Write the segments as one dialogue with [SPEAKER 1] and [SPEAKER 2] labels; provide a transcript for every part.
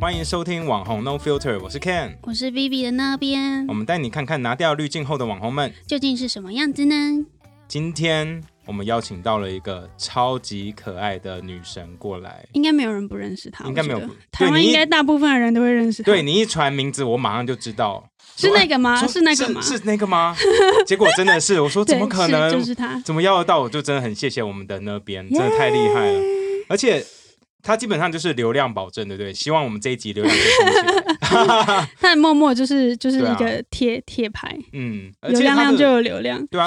[SPEAKER 1] 欢迎收听网红 No Filter，我是 Ken，
[SPEAKER 2] 我是 Vivi 的那边
[SPEAKER 1] 我，们带你看看拿掉滤镜后的网红们。
[SPEAKER 2] 究竟是什么样子呢？
[SPEAKER 1] 今天我们邀请到了一个超级可爱的女神过来，
[SPEAKER 2] 应该没有人不认识他，
[SPEAKER 1] 应该
[SPEAKER 2] 我觉
[SPEAKER 1] 没有
[SPEAKER 2] 得
[SPEAKER 1] 不
[SPEAKER 2] 台
[SPEAKER 1] 对
[SPEAKER 2] 湾
[SPEAKER 1] 你
[SPEAKER 2] 应该大部分的人都会认识他。
[SPEAKER 1] 对，你一传名字，我马上就知道
[SPEAKER 2] 是那个吗？
[SPEAKER 1] 说
[SPEAKER 2] 是那个吗？
[SPEAKER 1] 是是那个吗？结果真的是，我说
[SPEAKER 2] 对，
[SPEAKER 1] 怎么可能？
[SPEAKER 2] 是就是他。
[SPEAKER 1] 怎么要得到？我就真的很谢谢我们的那边，真的太厉害了，而且。他基本上就是流量保证，对不对？希望我们这一集流量可以冲起来。
[SPEAKER 2] 他的默默就是就是
[SPEAKER 1] 对啊
[SPEAKER 2] 一个贴贴牌，
[SPEAKER 1] 嗯，而
[SPEAKER 2] 有
[SPEAKER 1] 且
[SPEAKER 2] 亮
[SPEAKER 1] 他
[SPEAKER 2] 亮
[SPEAKER 1] 的
[SPEAKER 2] 就有流量。
[SPEAKER 1] 对啊，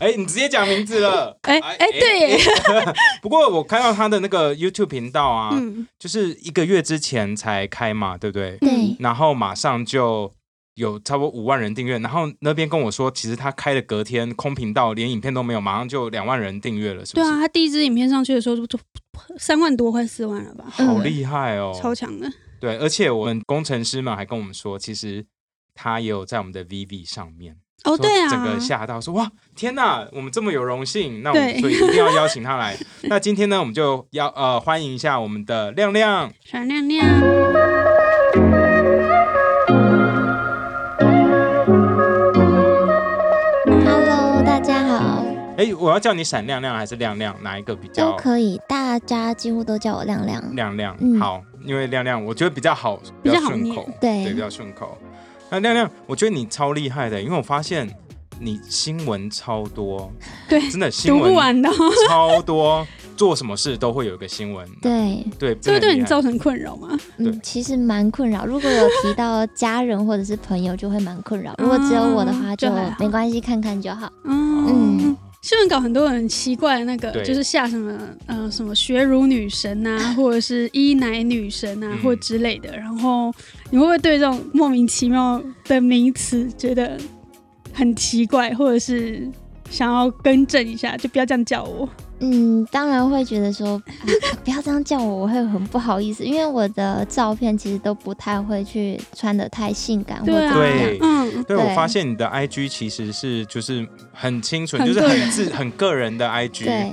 [SPEAKER 1] 哎、你直接讲名字了。
[SPEAKER 2] 哎哎对耶
[SPEAKER 1] 哎不过我看到他的那个 YouTube 频道啊，
[SPEAKER 2] 嗯，
[SPEAKER 1] 就是一个月之前才开嘛，对不对？
[SPEAKER 2] 对
[SPEAKER 1] 然后马上就有差不多五万人订阅，然后那边跟我说，其实他开的隔天空频道连影片都没有，马上就两万人订阅了，是不
[SPEAKER 2] 对
[SPEAKER 1] 是？
[SPEAKER 2] 啊，他第一支影片上去的时候就就三万多，快四万了吧，
[SPEAKER 1] 好厉害哦！
[SPEAKER 2] 嗯超强的。
[SPEAKER 1] 对，而且我们工程师们还跟我们说，其实他也有在我们的 VV 上面。
[SPEAKER 2] 哦，
[SPEAKER 1] 说
[SPEAKER 2] 对啊，
[SPEAKER 1] 整个吓到说哇天哪，我们这么有荣幸，那我们
[SPEAKER 2] 对
[SPEAKER 1] 所以一定要邀请他 来。那今天呢，我们就要呃欢迎一下我们的亮亮。
[SPEAKER 2] 闪亮亮。
[SPEAKER 3] Hello，大家好，
[SPEAKER 1] 哎，我要叫你闪亮亮还是亮亮，哪一个比
[SPEAKER 3] 都
[SPEAKER 1] 较？
[SPEAKER 3] 可以，大家几乎都叫我亮亮。
[SPEAKER 1] 亮亮、
[SPEAKER 3] 嗯
[SPEAKER 1] 好，因为亮亮我觉得比较好，
[SPEAKER 2] 比较好哎
[SPEAKER 1] 顺口，
[SPEAKER 3] 对
[SPEAKER 1] 比较顺口。那亮亮，我觉得你超厉害的，因为我发现你新闻超多，
[SPEAKER 2] 对
[SPEAKER 1] 真的新
[SPEAKER 2] 读不
[SPEAKER 1] 闻
[SPEAKER 2] 完的哦，
[SPEAKER 1] 超多，做什么事都会有一个新闻。
[SPEAKER 3] 对，
[SPEAKER 1] 对，
[SPEAKER 2] 这
[SPEAKER 1] 真
[SPEAKER 2] 会
[SPEAKER 1] 的
[SPEAKER 2] 对
[SPEAKER 1] 很厉
[SPEAKER 2] 你
[SPEAKER 1] 害
[SPEAKER 2] 造成困扰吗？
[SPEAKER 1] 对
[SPEAKER 3] 嗯，其实蛮困扰。如果有提到家人或者是朋友，就会蛮困 扰。如果只有我的话，
[SPEAKER 2] 啊就
[SPEAKER 3] 就
[SPEAKER 2] 还好
[SPEAKER 3] 没关系，看看就好。
[SPEAKER 2] 嗯
[SPEAKER 3] 嗯，
[SPEAKER 2] 新闻稿很多很奇怪的那个
[SPEAKER 1] 对，
[SPEAKER 2] 就是下什么呃什么学乳女 神啊，或者是医奶女神啊
[SPEAKER 1] 嗯，
[SPEAKER 2] 或之类的。然后你会不会对这种莫名其妙的名词觉得很奇怪，或者是想要更正一下，就不要这样叫我？
[SPEAKER 3] 嗯，当然会觉得说、啊 不要这样叫我，我会很不好意思，因为我的照片其实都不太会去穿的太性感或怎
[SPEAKER 2] 对啊
[SPEAKER 3] 么样。
[SPEAKER 1] 对
[SPEAKER 2] 嗯，
[SPEAKER 1] 对，
[SPEAKER 3] 对
[SPEAKER 1] 我发现你的 IG 其实是就是很清纯，
[SPEAKER 2] 很
[SPEAKER 1] 就是
[SPEAKER 2] 个
[SPEAKER 1] 很
[SPEAKER 2] 人
[SPEAKER 1] 自很个人的 IG，
[SPEAKER 3] 对，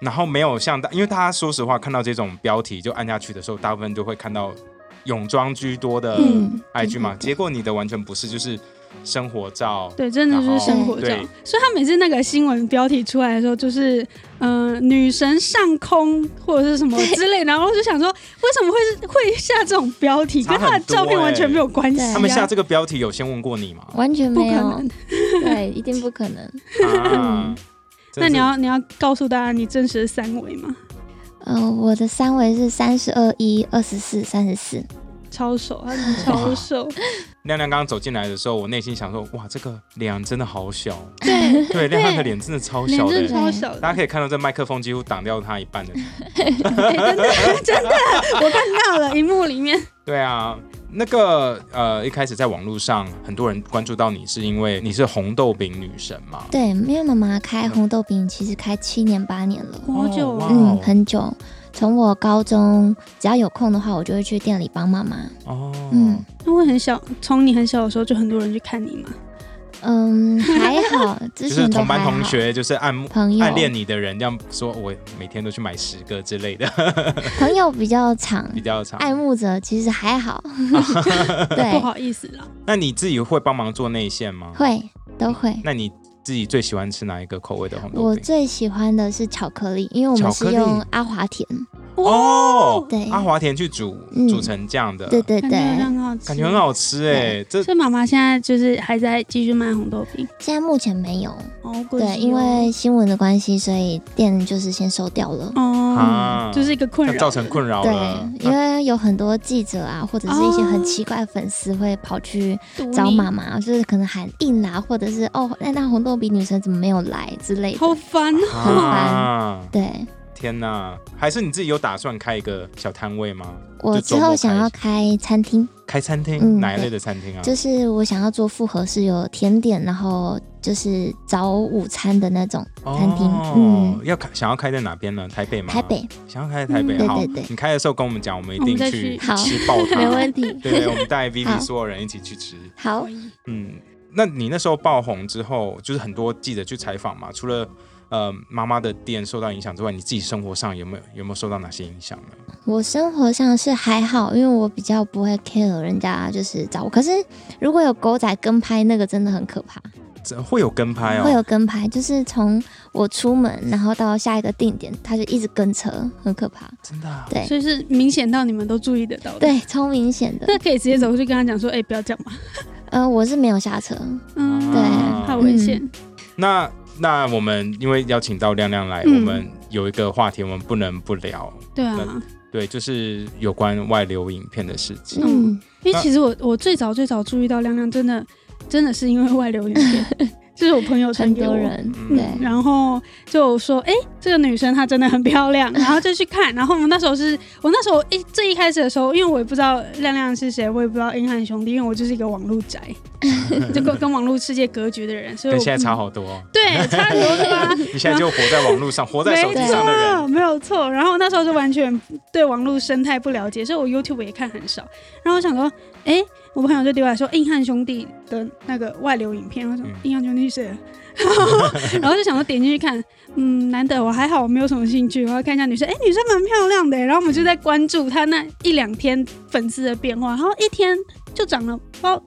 [SPEAKER 1] 然后没有像大，因为大家说实话，看到这种标题就按下去的时候，大部分就会看到泳装居多的
[SPEAKER 3] 嗯
[SPEAKER 1] IG 嘛，
[SPEAKER 3] 对对对
[SPEAKER 1] 结果你的完全不是，就是生活照，
[SPEAKER 2] 对，真的就
[SPEAKER 1] 然
[SPEAKER 2] 是
[SPEAKER 1] 后
[SPEAKER 2] 生活照
[SPEAKER 1] 对。
[SPEAKER 2] 所以他每次那个新闻标题出来的时候，就是嗯、呃女神上空或者是什么之类，然后我就想说，为什么会是会下这种标题，
[SPEAKER 1] 差
[SPEAKER 2] 跟他
[SPEAKER 1] 很
[SPEAKER 2] 的照片
[SPEAKER 1] 多
[SPEAKER 2] 完全
[SPEAKER 1] 欸
[SPEAKER 2] 没有关系、啊。
[SPEAKER 3] 对
[SPEAKER 1] 他们下这个标题有先问过你 吗？
[SPEAKER 3] 完全
[SPEAKER 2] 不
[SPEAKER 3] 没
[SPEAKER 2] 可
[SPEAKER 3] 有
[SPEAKER 2] 能，。
[SPEAKER 3] 对，一定不可能。
[SPEAKER 1] 啊
[SPEAKER 3] 嗯，
[SPEAKER 1] 真
[SPEAKER 2] 那你
[SPEAKER 1] 是
[SPEAKER 2] 要你要告诉大家你真实的三围吗？
[SPEAKER 3] 呃，我的三围是三十二、一、二十四、三十四。
[SPEAKER 2] 超瘦，他是超瘦，
[SPEAKER 1] 亮亮刚刚走进来的时候，我内心想说，哇，这个脸真的好小，哦 对，
[SPEAKER 2] 对，
[SPEAKER 1] 亮亮的脸真的超
[SPEAKER 2] 脸
[SPEAKER 1] 小
[SPEAKER 2] 真
[SPEAKER 1] 的。
[SPEAKER 2] 的超小
[SPEAKER 1] 大家
[SPEAKER 2] 的，
[SPEAKER 1] 可以看到，这麦克风几乎挡掉他一半的
[SPEAKER 2] 对真的真的，我看到了荧幕里 面，
[SPEAKER 1] 对啊，那个呃，一开始在网络上很多人关注到你，是因为你是红豆饼女神嘛？
[SPEAKER 3] 对，因为妈妈开红豆饼其实开七年八年了，
[SPEAKER 2] 好久
[SPEAKER 1] 哇
[SPEAKER 2] 哦，
[SPEAKER 3] 嗯，很久。从我高中只要有空的话，我就会去店里帮妈妈。
[SPEAKER 1] 哦，
[SPEAKER 3] 嗯
[SPEAKER 2] 因为很小，从你很小的时候就很多人去看你嘛，
[SPEAKER 3] 嗯，还好，之
[SPEAKER 1] 就是
[SPEAKER 3] 前都
[SPEAKER 1] 同
[SPEAKER 3] 还
[SPEAKER 1] 班
[SPEAKER 3] 好。
[SPEAKER 1] 同学，就是暗慕
[SPEAKER 3] 朋友
[SPEAKER 1] 暗恋你的人，这样说，我每天都去买十个之类的，
[SPEAKER 3] 朋友比较长
[SPEAKER 1] 比，较长。
[SPEAKER 3] 爱慕者其实 还好。
[SPEAKER 2] 不
[SPEAKER 3] 对，
[SPEAKER 2] 好意思啦，
[SPEAKER 1] 那你自己会帮忙做内馅吗？。
[SPEAKER 3] 会都会。
[SPEAKER 1] 那你自己最喜欢吃哪一个口味的红豆
[SPEAKER 3] 我
[SPEAKER 1] 饼？
[SPEAKER 3] 最喜欢的是巧克力，因为我们
[SPEAKER 1] 巧克
[SPEAKER 3] 是
[SPEAKER 1] 力
[SPEAKER 3] 用阿华田。
[SPEAKER 1] 哦，
[SPEAKER 3] 对
[SPEAKER 1] 阿华田去煮
[SPEAKER 3] 嗯
[SPEAKER 1] 煮成这样的，
[SPEAKER 3] 对，对
[SPEAKER 2] 感觉好像
[SPEAKER 3] 对，
[SPEAKER 2] 很好吃，
[SPEAKER 1] 感觉很。好吃哎，这
[SPEAKER 2] 所以妈妈现在就是还在继续卖红豆饼，
[SPEAKER 3] 现在目前没有。
[SPEAKER 2] 哦，可惜哦
[SPEAKER 3] 对，因为新闻的关系，所以店就是先收掉了。
[SPEAKER 2] 哦，
[SPEAKER 1] 啊
[SPEAKER 2] 就是一个困
[SPEAKER 1] 那
[SPEAKER 2] 扰，
[SPEAKER 1] 造成困扰
[SPEAKER 3] 对
[SPEAKER 1] 了。，
[SPEAKER 3] 因为有很多记者啊，或者是一些很奇怪的粉丝会跑去找妈
[SPEAKER 2] 妈，
[SPEAKER 3] 妈，就是可能喊硬啊，或者是哦，那那红豆饼女神怎么没有来之类 的。
[SPEAKER 2] 好烦哦，
[SPEAKER 3] 很烦
[SPEAKER 1] 啊
[SPEAKER 3] 对，
[SPEAKER 1] 天呐，还是你自己有打算开一个小摊位吗？
[SPEAKER 3] 我之后想要开餐厅，
[SPEAKER 1] 开餐厅，
[SPEAKER 3] 嗯
[SPEAKER 1] 哪一类的餐厅啊？
[SPEAKER 3] 就是我想要做复合式，有甜点，然后就是早午餐的那种餐厅。
[SPEAKER 1] 哦
[SPEAKER 3] 嗯，，
[SPEAKER 1] 要开想要开在哪边呢？台北吗？
[SPEAKER 3] 台，北
[SPEAKER 1] 想要开在台北。
[SPEAKER 2] 嗯
[SPEAKER 1] 好
[SPEAKER 3] 对对对，
[SPEAKER 1] 你开的时候跟我们讲，我们一
[SPEAKER 2] 我
[SPEAKER 1] 定
[SPEAKER 2] 们再
[SPEAKER 1] 去
[SPEAKER 2] 去
[SPEAKER 3] 好
[SPEAKER 1] 吃爆它。
[SPEAKER 3] 没问题。
[SPEAKER 1] 对对，我们带 Vivi
[SPEAKER 3] 啊好
[SPEAKER 1] 所有人一起去吃。
[SPEAKER 3] 好
[SPEAKER 2] 可，以
[SPEAKER 1] 嗯，那你那时候爆红之后，就是很多记者去采访嘛，除了呃妈妈的店受到影响之外，你自己生活上有没有有没有受到哪些影响呢？
[SPEAKER 3] 我生活上是还好，因为我比较不会 care 人家就是找我。可是如果有狗仔跟拍，那个真的很可怕，
[SPEAKER 1] 这会有跟拍
[SPEAKER 3] 会有
[SPEAKER 1] 哦，
[SPEAKER 3] 跟拍，就是从我出门然后到下一个定点，他就一直跟车，很可怕。
[SPEAKER 1] 真的啊、
[SPEAKER 3] 对
[SPEAKER 2] 所以是明显到你们都注意得到的。，
[SPEAKER 3] 对，超明显 的。
[SPEAKER 2] 那可以直接走过去跟他讲说：“哎、不要这
[SPEAKER 1] 啊
[SPEAKER 2] 样嘛，
[SPEAKER 3] 呃，我是没有下车，
[SPEAKER 2] 嗯，
[SPEAKER 1] 对
[SPEAKER 2] 怕危险。
[SPEAKER 1] 那那我们因为邀请到亮亮来，
[SPEAKER 2] 嗯
[SPEAKER 1] 我们有一个话题我们不能不聊，
[SPEAKER 2] 对
[SPEAKER 1] 那
[SPEAKER 2] 啊，
[SPEAKER 1] 对，就是有关外流影片的事情。
[SPEAKER 2] 嗯
[SPEAKER 3] 嗯，
[SPEAKER 2] 因为
[SPEAKER 1] 那
[SPEAKER 2] 其实我我最早最早注意到亮亮，真的真的是因为外流影 片，就是我朋友传
[SPEAKER 3] 很
[SPEAKER 2] 给我
[SPEAKER 3] 多。人，
[SPEAKER 1] 嗯
[SPEAKER 3] 对，
[SPEAKER 2] 然后就说，哎、这个女生她真的很漂亮，然后就去看。然后我们那时候是我那时候一最一开始的时候，因为我也不知道亮亮是谁，我也不知道英汉兄弟，因为我就是一个网络宅， 就跟跟网络世界隔绝的人，所以
[SPEAKER 3] 嗯
[SPEAKER 1] 跟
[SPEAKER 2] 我
[SPEAKER 1] 现在差好多哦、
[SPEAKER 2] 对差很多是吧？
[SPEAKER 1] 你现在就活在网 络上，活在
[SPEAKER 2] 没
[SPEAKER 1] 手
[SPEAKER 2] 错，
[SPEAKER 1] 机上的人，
[SPEAKER 2] 没有错。然后那时候就完全对网络生态不了解，所以我 YouTube 也看很少。然后我想说，哎、我朋友就丢来说硬汉兄弟的那个外流影片，我想
[SPEAKER 1] 嗯
[SPEAKER 2] 硬汉兄弟是谁？ 然后就想说点进去看，嗯，难得我还好，我没有什么兴趣，我要看一下女生，哎、女生蛮漂亮的、欸然后我们就在关注她那一两天粉丝的变化，然后一天就涨了不知道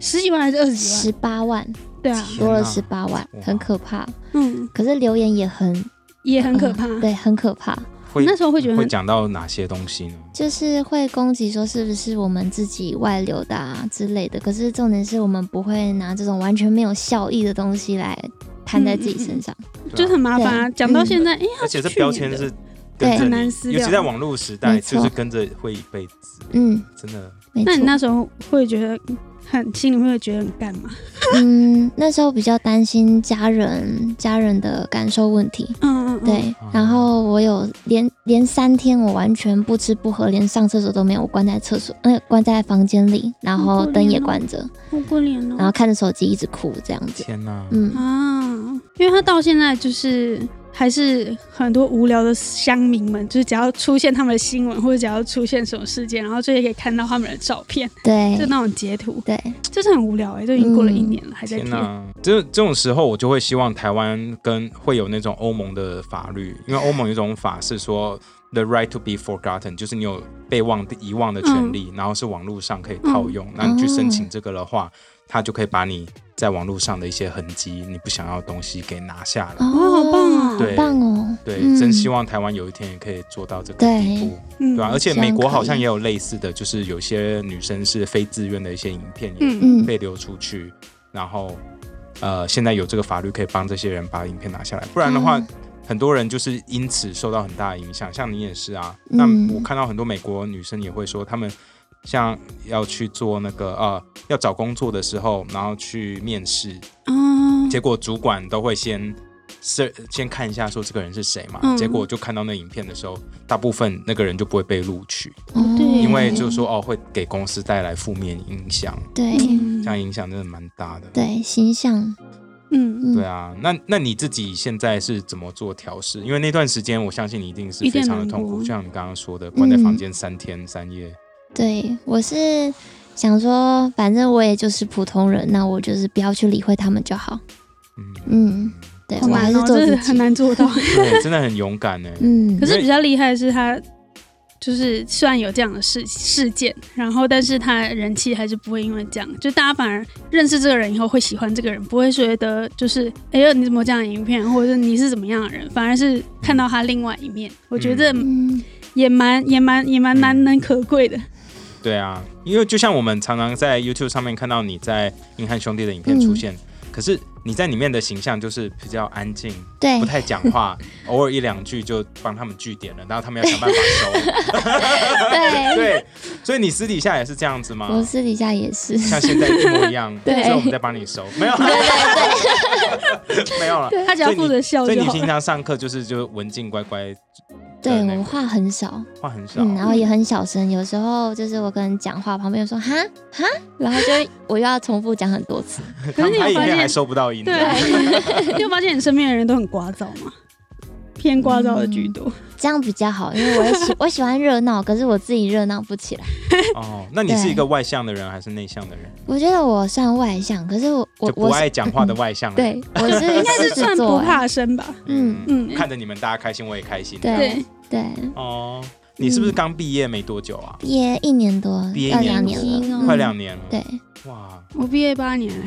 [SPEAKER 2] 十几万还是二十几万，
[SPEAKER 3] 十八万
[SPEAKER 2] 对啊，
[SPEAKER 1] 天
[SPEAKER 3] 多了
[SPEAKER 1] 哪
[SPEAKER 3] 十八万
[SPEAKER 1] 哇，
[SPEAKER 3] 很可怕。
[SPEAKER 2] 嗯，
[SPEAKER 3] 可是留言也很
[SPEAKER 2] 也很可怕。
[SPEAKER 3] 嗯对，很可怕。
[SPEAKER 1] 会
[SPEAKER 2] 那时候会觉得
[SPEAKER 1] 会
[SPEAKER 2] 很
[SPEAKER 1] 讲到哪些东西呢？
[SPEAKER 3] 就是会攻击说是不是我们自己外流的啊之类的。可是重点是我们不会拿这种完全没有效益的东西来摊在自己身上。
[SPEAKER 2] 就是很麻烦啊。
[SPEAKER 3] 对
[SPEAKER 2] 讲到现在，哎、呀，
[SPEAKER 1] 而且这
[SPEAKER 2] 去
[SPEAKER 1] 标
[SPEAKER 2] 年
[SPEAKER 1] 签
[SPEAKER 2] 的
[SPEAKER 1] 是跟着
[SPEAKER 3] 对
[SPEAKER 2] 很
[SPEAKER 1] 你
[SPEAKER 2] 难撕
[SPEAKER 1] 尤其
[SPEAKER 2] 掉
[SPEAKER 1] 在网络时代，
[SPEAKER 3] 没错
[SPEAKER 1] 就是跟着会一辈子，
[SPEAKER 3] 嗯
[SPEAKER 1] 真的。
[SPEAKER 3] 没
[SPEAKER 2] 那你
[SPEAKER 3] 错。
[SPEAKER 2] 那时候会觉得很心里面会觉得很干嘛？
[SPEAKER 3] 嗯，那时候比较担心家人家人的感受问题。
[SPEAKER 2] 嗯嗯，嗯，
[SPEAKER 3] 对
[SPEAKER 1] 嗯，
[SPEAKER 3] 然后我有连连三天，我完全不吃不喝，连上厕所都没有，我关在厕所，那、关在房间里，然后灯也关着，
[SPEAKER 2] 好可怜
[SPEAKER 3] 然后
[SPEAKER 2] 哦。
[SPEAKER 3] 看着手机一直哭这样子。
[SPEAKER 1] 天哪，
[SPEAKER 3] 嗯，
[SPEAKER 2] 啊，因为他到现在就是还是很多无聊的乡民们，就是只要出现他们的新闻或者只要出现什么事件，然后就也可以看到他们的照片，
[SPEAKER 3] 对嗯
[SPEAKER 2] 就那种截图，
[SPEAKER 3] 对，
[SPEAKER 2] 就是很无聊哎、都已经过了一年了，还在
[SPEAKER 1] 天
[SPEAKER 2] 贴。
[SPEAKER 1] 哪！这这种时候，我就会希望台湾跟会有那种欧盟的法律，因为欧盟有一种法是说 the right to be forgotten，就是你有被忘的遗忘的
[SPEAKER 2] 嗯
[SPEAKER 1] 权利，然后是网络上可以套用。那、你去
[SPEAKER 2] 哦
[SPEAKER 1] 申请这个的话，他就可以把你在网络上的一些痕迹，你不想要的东西给拿下来。
[SPEAKER 3] 哦，
[SPEAKER 2] 好棒哦
[SPEAKER 3] 好
[SPEAKER 1] 对
[SPEAKER 3] 棒哦！
[SPEAKER 1] 对，
[SPEAKER 3] 嗯
[SPEAKER 1] 真希望台湾有一天也可以做到这个
[SPEAKER 3] 对
[SPEAKER 1] 地步。
[SPEAKER 2] 嗯
[SPEAKER 1] 对啊，而且美
[SPEAKER 3] 这样
[SPEAKER 1] 国好
[SPEAKER 3] 可以
[SPEAKER 1] 像也有类似的，就是有些女生是非自愿的一些影片也
[SPEAKER 2] 嗯，
[SPEAKER 3] 嗯，
[SPEAKER 1] 被流出去，然后呃，现在有这个法律可以帮这些人把影片拿下来，不然的话，
[SPEAKER 3] 嗯
[SPEAKER 1] 很多人就是因此受到很大的影响。像你也是啊，那
[SPEAKER 3] 嗯
[SPEAKER 1] 我看到很多美国女生也会说，她们像要去做那个呃，要找工作的时候，然后去面试，
[SPEAKER 3] 哎
[SPEAKER 2] 啊，
[SPEAKER 1] 结果主管都会先。是先看一下说这个人是谁嘛，
[SPEAKER 2] 嗯
[SPEAKER 1] 结果就看到那影片的时候，大部分那个人就不会被录取，
[SPEAKER 3] 哦
[SPEAKER 2] 对
[SPEAKER 1] 因为就是
[SPEAKER 2] 嗯
[SPEAKER 1] 说哦会给公司带来负面影响，
[SPEAKER 3] 对
[SPEAKER 1] 这
[SPEAKER 2] 嗯
[SPEAKER 1] 样影响真的蛮大的。
[SPEAKER 3] 对形象，
[SPEAKER 2] 嗯，
[SPEAKER 3] 嗯
[SPEAKER 1] 对啊，那那你自己现在是怎么做调试？因为那段时间，我相信你一定是
[SPEAKER 2] 一
[SPEAKER 1] 非
[SPEAKER 2] 定
[SPEAKER 1] 常的
[SPEAKER 2] 很
[SPEAKER 1] 痛苦，
[SPEAKER 2] 多嗯
[SPEAKER 1] 就像你刚刚说的，关在房间三天三夜。
[SPEAKER 3] 对我是想说，反正我也就是普通人，那我就是不要去理会他们就好。
[SPEAKER 1] 嗯，
[SPEAKER 3] 嗯，对
[SPEAKER 2] 好
[SPEAKER 3] 我还
[SPEAKER 2] 难
[SPEAKER 3] 是
[SPEAKER 2] 哦，
[SPEAKER 3] 做
[SPEAKER 2] 这
[SPEAKER 3] 自
[SPEAKER 2] 很
[SPEAKER 3] 己。
[SPEAKER 2] 难做到。
[SPEAKER 1] 对，真的很勇敢欸 呢。
[SPEAKER 3] 嗯
[SPEAKER 2] 可，是比较厉害的是他，就是虽然有这样的事事件，然后但是他人气还是不会因为这样，就大家反而认识这个人以后会喜欢这个人，不会觉得就是哎呦你怎么这样的影片，或者是你是怎么样的人，反而是看到他另外一面，我觉得
[SPEAKER 3] 嗯，
[SPEAKER 2] 也蛮也蛮也蛮
[SPEAKER 1] 嗯
[SPEAKER 2] 难能可贵的。
[SPEAKER 1] 对啊，因为就像我们常常在 YouTube 上面看到你在《硬汉兄弟》的影片
[SPEAKER 3] 嗯
[SPEAKER 1] 出现，可是你在里面的形象就是比较安静，
[SPEAKER 3] 对
[SPEAKER 1] 不，太讲话，偶尔一两句就帮他们据点了，然后他们要想办法收。
[SPEAKER 3] 对，
[SPEAKER 1] 对，啊所以你私底下也是这样子吗？
[SPEAKER 3] 我私底下也是。
[SPEAKER 1] 像现在一模一样，
[SPEAKER 3] 对
[SPEAKER 1] 所以我们在帮你收，没有，啊没有了。
[SPEAKER 2] 他只要负责笑
[SPEAKER 1] 所以
[SPEAKER 2] 就
[SPEAKER 1] 你
[SPEAKER 2] 好。
[SPEAKER 1] 平常上课就是就文静乖乖，
[SPEAKER 3] 对
[SPEAKER 1] 那个
[SPEAKER 3] 我话很少，
[SPEAKER 1] 话很少，
[SPEAKER 3] 嗯，然后也很小声。有时候就是我跟人讲话，旁边就说哈哈，然后就会我又要重复讲很多次。
[SPEAKER 2] 可是你
[SPEAKER 1] 他
[SPEAKER 2] 有
[SPEAKER 1] 影
[SPEAKER 2] 发
[SPEAKER 1] 片还
[SPEAKER 2] 现，
[SPEAKER 1] 收不到音，
[SPEAKER 2] 对，你有发现你身边的人都很聒噪吗？偏聒噪的居多。
[SPEAKER 3] 这样比较好，因为我也 喜我喜欢热闹，可是我自己热闹不起来。
[SPEAKER 1] 哦，那你是一个外向的人还是内向的人？
[SPEAKER 3] 我觉得我算外向，可是我我
[SPEAKER 1] 就不
[SPEAKER 3] 我是
[SPEAKER 1] 爱讲话的外 向人。
[SPEAKER 3] 对，我是
[SPEAKER 2] 应该
[SPEAKER 3] 狮
[SPEAKER 2] 是
[SPEAKER 3] 子
[SPEAKER 2] 算
[SPEAKER 3] 座
[SPEAKER 2] 不
[SPEAKER 3] 欸，
[SPEAKER 2] 怕生吧？
[SPEAKER 3] 嗯
[SPEAKER 2] 嗯
[SPEAKER 1] 看着你们大家开心，我也开心。
[SPEAKER 3] 对
[SPEAKER 2] 对，
[SPEAKER 3] 对，
[SPEAKER 1] 哦，你是不是刚毕业没多久啊？
[SPEAKER 3] 毕业一年多，
[SPEAKER 1] 毕业一年
[SPEAKER 3] 要嗯两
[SPEAKER 1] 多
[SPEAKER 3] 年了，
[SPEAKER 1] 快
[SPEAKER 3] 嗯
[SPEAKER 1] 两年了。
[SPEAKER 3] 对，
[SPEAKER 1] 哇，
[SPEAKER 2] 我毕业八年了，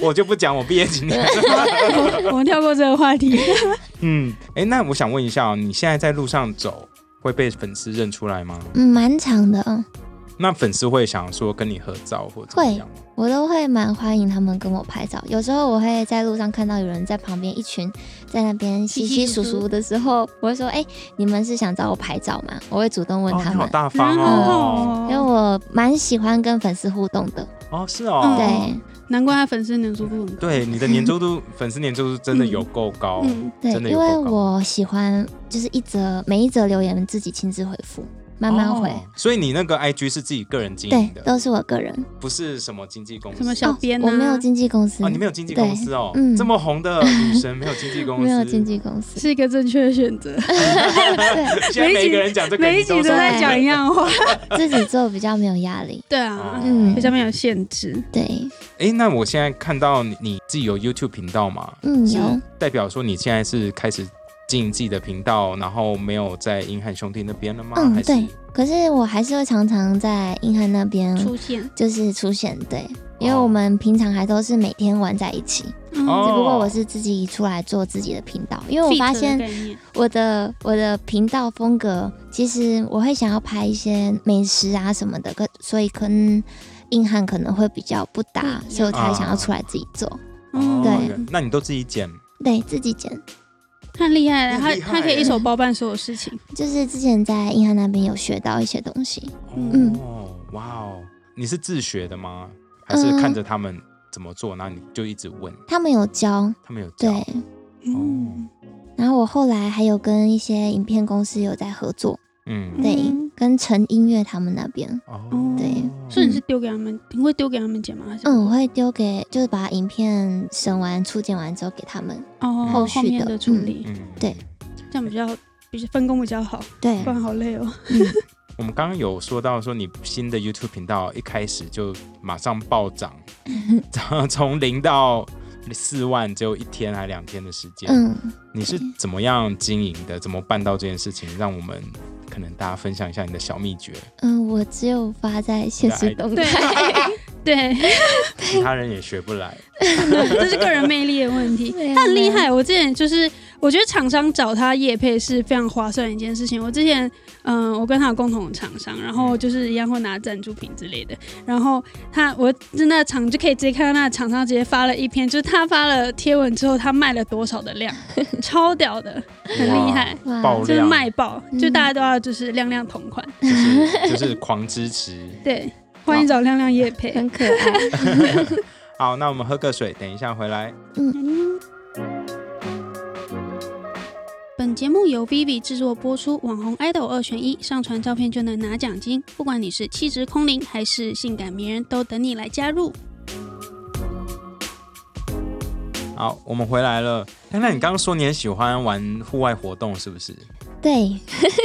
[SPEAKER 1] 我就不讲我毕业几 年。
[SPEAKER 2] 我们跳过这个话题。
[SPEAKER 1] 嗯，哎，那我想问一下哦，你现在在路上走会被粉丝认出来吗？
[SPEAKER 3] 嗯，蛮长的，嗯，
[SPEAKER 1] 那粉丝会想说跟你合照或怎么样吗？
[SPEAKER 3] 我都会蛮欢迎他们跟我拍照。有时候我会在路上看到有人在旁边一群在那边稀稀疏疏的时候，我会说：“哎、你们是想找我拍照吗？”我会主动问
[SPEAKER 1] 哦，
[SPEAKER 3] 他
[SPEAKER 1] 你好
[SPEAKER 3] 们，嗯
[SPEAKER 1] 大方
[SPEAKER 2] 嗯
[SPEAKER 1] 哦。
[SPEAKER 3] 因为我蛮喜欢跟粉丝互动的。
[SPEAKER 1] 哦，是
[SPEAKER 2] 嗯
[SPEAKER 1] 哦。
[SPEAKER 3] 对
[SPEAKER 2] 难怪他粉丝粘着度很高。
[SPEAKER 1] 对，你的粘周度， 粉丝粘周度真的有够高。
[SPEAKER 2] 嗯，
[SPEAKER 3] 对
[SPEAKER 1] 真的，
[SPEAKER 3] 因
[SPEAKER 1] 有
[SPEAKER 3] 为
[SPEAKER 1] 够高
[SPEAKER 3] 我喜欢就是一则每一则留言自己亲自回复，慢慢回。
[SPEAKER 1] 哦所以你那个 IG 是自己个人经
[SPEAKER 3] 对
[SPEAKER 1] 营，的，
[SPEAKER 3] 都是我个人。
[SPEAKER 1] 不是什么经纪公司。
[SPEAKER 2] 什么小编
[SPEAKER 3] 我没有
[SPEAKER 2] 啊，
[SPEAKER 3] 经纪公司，
[SPEAKER 1] 哦，你没有经纪公司哦，
[SPEAKER 3] 对嗯
[SPEAKER 1] 这么红的女神没有经纪公司，
[SPEAKER 3] 没有经纪公司。
[SPEAKER 2] 是一个正确的选择。
[SPEAKER 3] 对，
[SPEAKER 1] 现在每一个人讲这个，
[SPEAKER 2] 每一集
[SPEAKER 1] 你
[SPEAKER 2] 都
[SPEAKER 1] 说哦
[SPEAKER 2] 在讲一样的话。
[SPEAKER 3] 自己做比较没有压力。
[SPEAKER 2] 对啊，
[SPEAKER 3] 嗯
[SPEAKER 2] 比较没有限制。
[SPEAKER 3] 对，
[SPEAKER 1] 哎，哦那我现在看到你你自己有 YouTube 频道嘛，
[SPEAKER 3] 嗯，
[SPEAKER 1] 是
[SPEAKER 3] 有。
[SPEAKER 1] 代表说你现在是开始经营自己的频道，然后没有在英汉兄弟那边了吗？
[SPEAKER 3] 嗯
[SPEAKER 1] 还是
[SPEAKER 3] 对可是我还是会常常在硬汉那边
[SPEAKER 2] 出现，
[SPEAKER 3] 就是出现，对，因为我们平常还都是每天玩在一起，
[SPEAKER 2] 嗯
[SPEAKER 1] 哦
[SPEAKER 3] 只不过我是自己出来做自己的频道，因为我发
[SPEAKER 2] feature 的
[SPEAKER 3] 现
[SPEAKER 2] 概念
[SPEAKER 3] 我的我的频道风格，其实我会想要拍一些美食啊什么的，可所以跟硬汉可能会比较
[SPEAKER 2] 不
[SPEAKER 3] 不
[SPEAKER 2] 一
[SPEAKER 3] 搭
[SPEAKER 2] 样，
[SPEAKER 3] 所以我才想
[SPEAKER 1] 啊
[SPEAKER 3] 要出来自己做，
[SPEAKER 1] 哦
[SPEAKER 2] 嗯，
[SPEAKER 3] 对
[SPEAKER 1] 原那你都自己剪哦
[SPEAKER 3] 对自己剪。
[SPEAKER 2] 他很厉害
[SPEAKER 1] 很
[SPEAKER 2] 的，他
[SPEAKER 1] 厉害哦
[SPEAKER 2] 他可以一手包办所有事情。
[SPEAKER 3] 就是之前在硬汉那边有学到一些东西，嗯
[SPEAKER 1] 哦，哇哦，你是自学的吗？还
[SPEAKER 3] 呃
[SPEAKER 1] 是看着他们怎么做，然后你就一直问
[SPEAKER 3] 他们有教，
[SPEAKER 1] 他们有教？
[SPEAKER 3] 对，
[SPEAKER 2] 嗯，
[SPEAKER 3] 然后我后来还有跟一些影片公司有在合作，
[SPEAKER 1] 嗯，
[SPEAKER 3] 对，
[SPEAKER 2] 嗯
[SPEAKER 3] 跟陈音乐他们那边，
[SPEAKER 1] 哦，
[SPEAKER 3] 对
[SPEAKER 2] 所以你是丢给他们，你会丢给他们剪吗？还是
[SPEAKER 3] 嗯，我会丢给就是把影片审完、初剪完之后给他们，
[SPEAKER 2] 哦，
[SPEAKER 1] 后
[SPEAKER 3] 续
[SPEAKER 2] 后
[SPEAKER 3] 的
[SPEAKER 2] 面的处理，
[SPEAKER 1] 嗯
[SPEAKER 3] 对
[SPEAKER 2] 这样比较比较分工比较好，
[SPEAKER 3] 对
[SPEAKER 2] 不，然好累哦。
[SPEAKER 1] 我们刚刚有说到说你新的 YouTube 频道一开始就马上暴涨， 从从零到四万只有一天还两天的时间，
[SPEAKER 3] 嗯，
[SPEAKER 1] 你是怎么样经营的？怎么办到这件事情？让我们可能大家分享一下你的小秘诀，
[SPEAKER 3] 嗯，我只有发在现实动
[SPEAKER 2] 对
[SPEAKER 3] 态，
[SPEAKER 2] 对，
[SPEAKER 1] 其他人也学不来。
[SPEAKER 2] 这是个人魅力的问题。
[SPEAKER 3] 对啊
[SPEAKER 2] 他很厉害，我之前就是我觉得厂商找他业配是非常划算的一件事情。我之前嗯、我跟他有共同的厂商，然后就是一样会拿赞助品之类的。然后他我真的厂就可以直接看到那厂商直接发了一篇，就是他发了贴文之后，他卖了多少的量，超屌的，很 厉害。
[SPEAKER 3] 哇
[SPEAKER 1] 爆
[SPEAKER 2] 就是
[SPEAKER 1] 量嗯
[SPEAKER 2] 卖爆，
[SPEAKER 3] 嗯
[SPEAKER 2] 就大家都要就是亮亮同款，
[SPEAKER 1] 就是就是狂支持。
[SPEAKER 2] 对，欢迎找亮亮叶配。
[SPEAKER 3] 很可爱，
[SPEAKER 1] 好，那我们喝个水，等一下回来。
[SPEAKER 2] 本节目由 Vivi 制作播出，网红 idol 二选一，上传照片就能拿奖金。不管你是气质空灵还是性感迷人，都等你来加入。
[SPEAKER 1] 好，我们回来了。亮亮，你刚刚说你很喜欢玩户外活动，是不是？
[SPEAKER 3] 对